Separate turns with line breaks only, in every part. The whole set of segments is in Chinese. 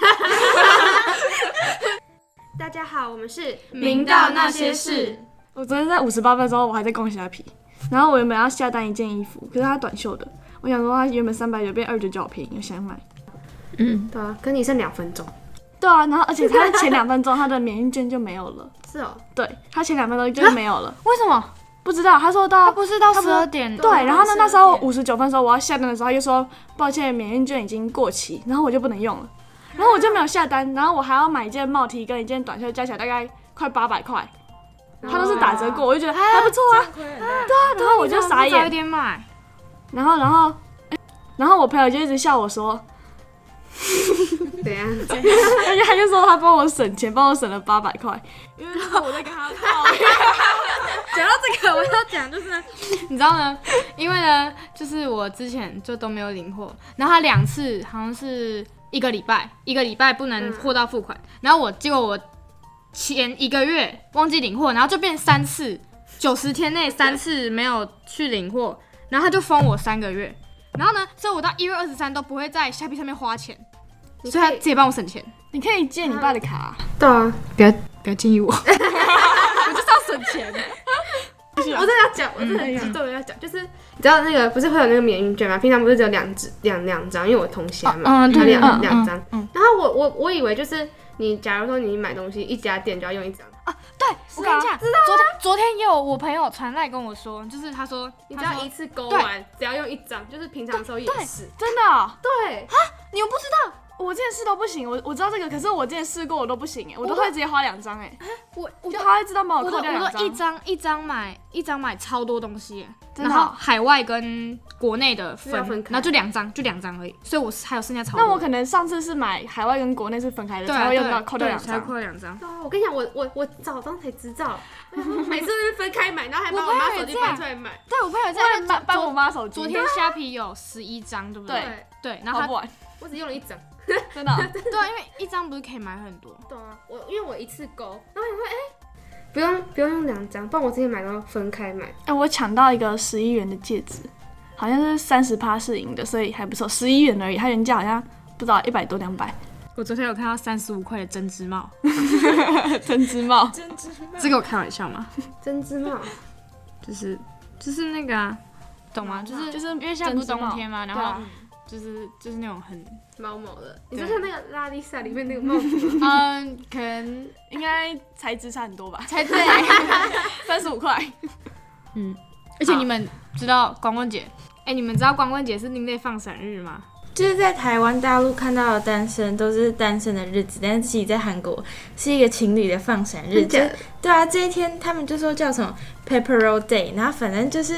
好，我们是
明道那些事。
我昨天在五十八分的时候，我还在逛虾皮，然后我原本要下单一件衣服，可是它短袖的，我想说它原本三百九变二九九，便宜，我想买。
嗯，
对啊，跟你剩两分钟。
对啊，然后而且它前两分钟它的免运券就没有了，
是哦，
对，它前两分钟就没有了，
为什么？
不知道他说
他
到
不是到
他不
十
是
二点？
对，然后呢
12
那时候
点
五十九分的时候我要下单的时候，他就说抱歉免运券已经过期，然后我就不能用了，然后我就没有下单，然后我还要买一件帽 T 跟一件短袖，加起来大概快八百块，他都是打折过，我就觉得还不错啊，对啊，然后我就傻
早一
眼，
点买，
然后然后哎然后我朋友就一直笑我说，
对啊，
而且他就说他帮我省钱，帮我省了八百块，
讲到这个，我要讲就是呢， 你知道呢，因为呢，就是我之前就都没有领货，然后他两次好像是一个礼拜，一个礼拜不能
嗯
货到付款，然后我结果我前一个月忘记领货，然后就变三次，九十天内三次没有去领货，然后他就封我三个月，然后呢，所以我到一月二十三都不会在虾皮上面花钱，
你
所以他
可以啊
直接帮我省钱，
你可以借你爸的卡啊、
对啊，
不要不要 建议我，我就是要省钱。
啊
我真的要讲，我真的很激动地要讲，就是你知道那个不是会有那个免运券吗？平常不是只有两只两两张，因为我同虾嘛，
嗯
有
对
两
嗯
两
嗯
张
嗯。
然后我我我以为就是你，假如说你买东西一家店就要用一张，
对，我跟你
啊
讲，昨天昨天也有我朋友传来跟我说，就是他说，
你只
他
要
说
一次勾完，只要用一张，就是平常的时候也是。
真的哦、
对，
你又不知道。我之前试都不行，我我知道这个，可是我之前试过我都不行哎，我都会直接花两张哎，
我我
就他会知道帮我
我
哦扣
都
掉
我
两
都一
张，
张一张买一张买超多东西耶，
真
然
的哦
后海外跟国内的
要
分，
分开
然后就两张就两张而已，所以我是还有剩下超多。
那我可能上次是买海外跟国内是分开的，
对啊
才会用到
对
扣掉
对
两
才
张
会。扣掉两张。
对啊，我跟你讲，我我我早上才知 道，我想说每次都是分开买，然后还把
我
我妈
朋友也
手机
这
翻
样
出来买。
对我朋友在
我也
昨
搬搬我妈手机，
昨天虾皮有十一张，对不
对
对，
对，然后
好不
他
玩，
我只用了一张。
真的哦。
对，啊因为一张不是可以买很多，
对啊，我因为我一次勾，然后你说哎、不用不用用两张，不然我之前买到分开买。
哎，我抢到一个十一元的戒指，好像是三十趴是赢的，所以还不错，十一元而已，它原价好像不知道一百多两百。
我昨天有看到三十五块的针织帽，
针织帽，
这个我开玩笑吗？
针织帽，
就是就是那个、啊，懂吗？就是
就是
因为现在不是冬天嘛，然后
对啊
就是就是那种 很
毛毛的，你
对
就像那个拉力赛里面 那个帽子吗，
嗯，可能
应该材质差很多吧，
才对。
三十五块。
而且你们知道光棍节？哎、你们知道光棍节是另类放闪日吗？
就是在台湾、大陆看到的单身都是单身的日子，但是其实在韩国是一个情侣的放闪日，
真假的
就是对啊，这一天他们就说叫什么 Paper Roll Day，然后反正就是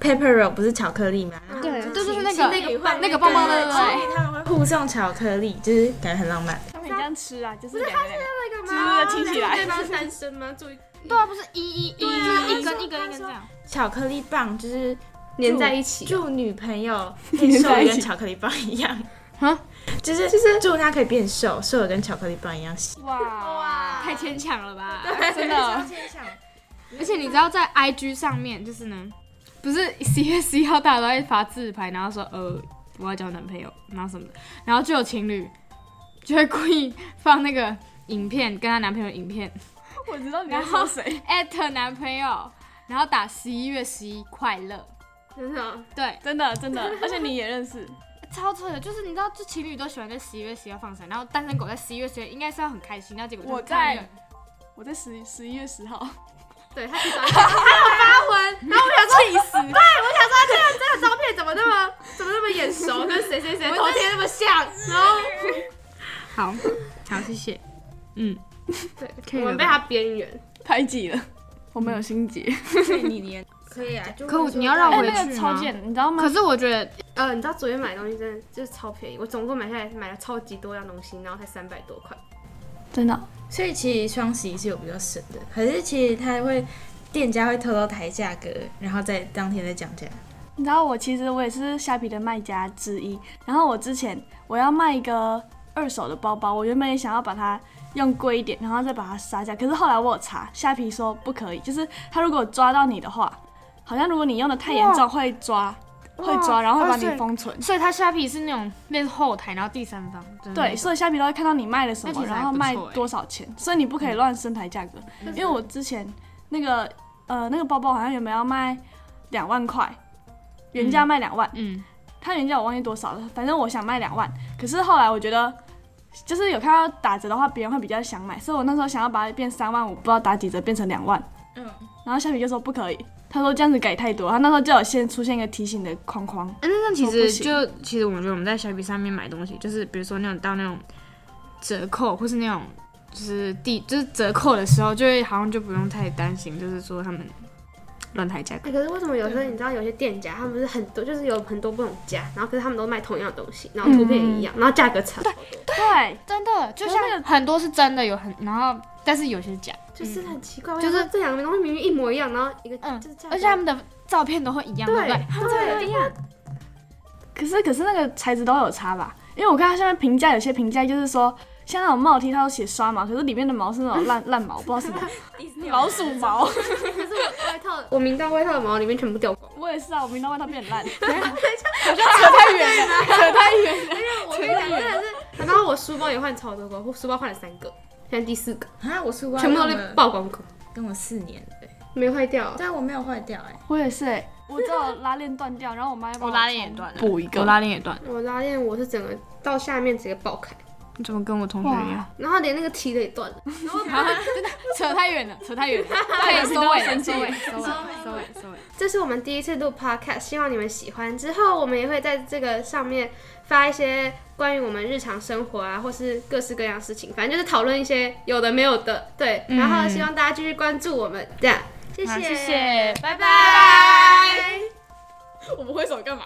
Paper Roll 不是巧克力嘛，然后
对
对，就是
情
那
情
个
侣换
那个棒棒的
对
啊对
情侣他们会互送巧克力，就是感觉很浪漫。
他们也这样吃啊，就是两个人
那个
吗就是亲起来
对方是单身 吗？做一
对啊啊，不是一一一，就是一根一根一根
他说
这样。
巧克力棒就是
粘在一起，
祝女朋友变瘦的跟巧克力棒一样，
啊
就是就是祝她可以变瘦，瘦的跟巧克力棒一样细。
哇，
太牵强了吧？
真
啊
的。
而且你知道在 IG 上面，就是呢，不是十月十一号大家都在发自拍，然后说呃我要交男朋友，然后什么的，然后就有情侣就会故意放那个影片跟她男朋友的影片
我知道你
在
在
说
说谁，
，at 男朋友，然后打十一月十一快乐，
真的哦。
对，
真的真的，而且你也认识，
超扯的，就是你知道，就情侣都喜欢在十一月十一号放闪，然后单身狗在十一月十一应该是要很开心，那结果就是
我在
看
我在十十一月十号，
对他去找，他有发文，然后我想说，
那 个气死。
我想说这个这个照片怎么那 么怎么那么眼熟，跟谁谁谁头贴那么像，然后
好，好，谢谢。嗯，
对，我们被他边缘，
排挤了。我们有心结，
你你可以啊，
可我你要让我
哎，
回
那个
去
超
吗？
贱，你知道吗
可？是我觉得
呃，你知道昨天买东西真的就是超便宜，我总共买下来买了超级多样东西，然后才三百多块。
真的，
所以其实双十一是有比较省的，可是其实他会店家会偷偷抬价格，然后在当天再降价。
你知道我其实我也是虾皮的卖家之一。然后我之前我要卖一个二手的包包，我原本也想要把它用贵一点，然后再把它杀价。可是后来我有查，虾皮说不可以，就是他如果抓到你的话，好像如果你用的太严重会抓。会抓，然后会把
哦所以
你封存。
所以它虾皮是那种类似后台，然后第三方。就是那
对，
种
所以虾皮都会看到你卖了什
那其
么，
实还
然后
不
卖
错欸
哎多少钱，所以你不可以乱升抬价格。因为我之前那个呃那个包包好像原本要卖两万块，原价卖两万，
嗯，
它原价我忘记多少了，反正我想卖两万，可是后来我觉得。就是有看到打折的话，别人会比较想买，所以我那时候想要把它变三万五，不知道打几折变成两万，
嗯，
然后虾皮就说不可以，他说这样子改太多，他那时候叫我先出现一个提醒的框框，
哎、那那其
哦不
实
行
就其实我觉得我们在小笔上面买东西，就是比如说那种到那种折扣，或是那种就是地就是折扣的时候，就会好像就不用太担心，就是说他们乱抬价格。
哎、可是为什么有时候
啊
你知道有些店家他们不是很多，就是有很多不同家，然后可是他们都卖同样的东西，然后图片也一样，然后价格差好多，
嗯对，
真的，就像
可是那
很多是真的有很，然后但是有些假，
就是很奇怪。
就是
我想说这两个东西明明一模一样，然后一个
嗯
就是价格
而且他们的照片都会一样，对不
对
对？
他们
啊
这个一样，
可是可是那个材质都有差吧？因为我看它下面评价，有些评价就是说，像那种帽 T 它都写刷毛，可是里面的毛是那种 烂烂毛，不知道什么老鼠毛。
可是我外套，我明道外套的毛里面全部掉光。
我也是啊，我明道外套变烂，好像扯太远 了，扯太远了。
我跟你讲，真的是，然后我书包也换超多个，我书包换了三个，现在第四个，
啊，我书包
全部都
用
被
了
曝光过，
跟我四年了欸，
没坏掉。啊
但我没有坏掉哎，
我也是、欸，我只有拉链断掉，然后我妈
我拉链也断了，
补一个
我拉链也断了，
我拉链我是整个到下面直接爆开，
你怎么跟我同学一样？
然后连那个蹄的也断了。
扯太远了，扯太 远了，可以收尾了，收尾，收尾，收尾，收尾。
这是我们第一次录 podcast，希望你们喜欢。之后我们也会在这个上面发一些关于我们日常生活啊，或是各式各样的事情，反正就是讨论一些有的没有的。对，
嗯
然后希望大家继续关注我们，这样，谢
好
谢，
谢谢，拜拜。
拜。
我们挥手干嘛？